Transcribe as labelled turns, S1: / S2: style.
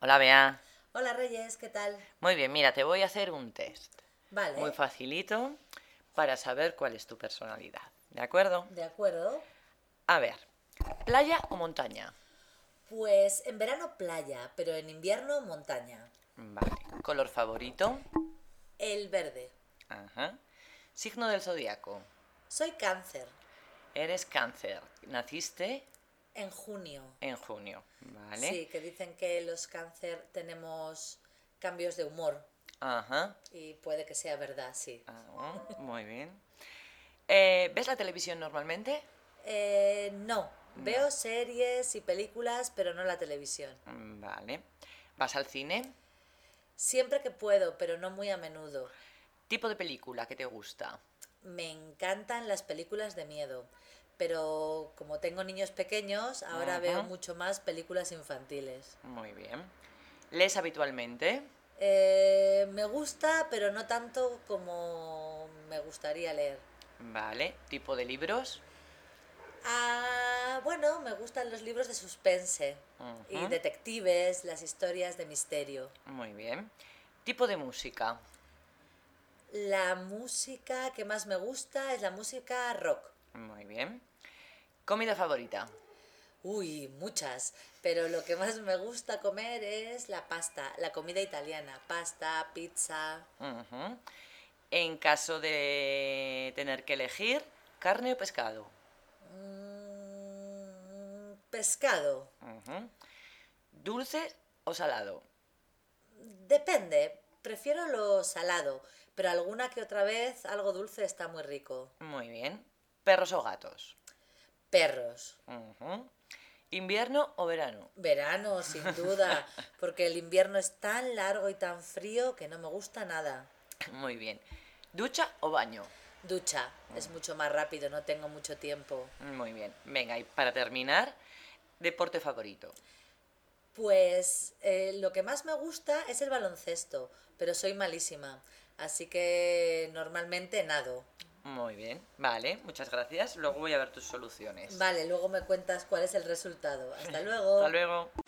S1: Hola, Bea.
S2: Hola Reyes, ¿qué tal?
S1: Muy bien, mira, te voy a hacer un test.
S2: Vale.
S1: Muy facilito para saber cuál es tu personalidad. ¿De acuerdo?
S2: De acuerdo.
S1: A ver, ¿playa o montaña?
S2: Pues en verano playa, pero en invierno montaña.
S1: Vale. ¿Color favorito?
S2: El verde.
S1: Ajá. ¿Signo del zodiaco?
S2: Soy cáncer.
S1: Eres cáncer. Naciste
S2: En junio.
S1: en junio. Vale.
S2: Sí, que dicen que los cáncer tenemos cambios de humor.
S1: Ajá.
S2: Y puede que sea verdad, sí.
S1: Ah, muy bien. Eh, ¿Ves la televisión normalmente?
S2: Eh, no. Veo series y películas, pero no la televisión.
S1: Mm, Vale. ¿Vas al cine?
S2: Siempre que puedo, pero no muy a menudo.
S1: ¿Tipo de película que te gusta?
S2: Me encantan las películas de miedo, pero como tengo niños pequeños, ahora
S1: Ajá.
S2: veo mucho más películas infantiles.
S1: Muy bien. ¿Lees habitualmente?
S2: Eh, me gusta, pero no tanto como me gustaría leer.
S1: Vale. ¿Tipo de libros?
S2: Ah, bueno, me gustan los libros de suspense y
S1: Ujú.
S2: detectives, las historias de misterio.
S1: Muy bien. ¿Tipo de música?
S2: La música que más me gusta es la música rock.
S1: Muy bien. ¿Comida favorita?
S2: Uy, muchas, pero lo que más me gusta comer es la pasta, la comida italiana, pasta, pizza.
S1: Ujú. En caso de tener que elegir, carne o pescado.
S2: Mm, pescado.
S1: Ujú. ¿Dulce o salado?
S2: Depende. Prefiero lo salado, pero alguna que otra vez algo dulce está muy rico.
S1: Muy bien. ¿Perros o gatos?
S2: Perros.
S1: Ujú. ¿Invierno o verano?
S2: Verano, sin duda, porque el invierno es tan largo y tan frío que no me gusta nada.
S1: Muy bien. ¿Ducha o baño?
S2: Ducha, es mucho más rápido, no tengo mucho tiempo.
S1: Muy bien. Venga, y para terminar, deporte favorito.
S2: Pues eh, lo que más me gusta es el baloncesto, pero soy malísima, así que normalmente nado.
S1: Muy bien. Vale, muchas gracias. Luego voy a ver tus soluciones.
S2: Vale, luego me cuentas cuál es el resultado. Hasta luego.
S1: Hasta luego.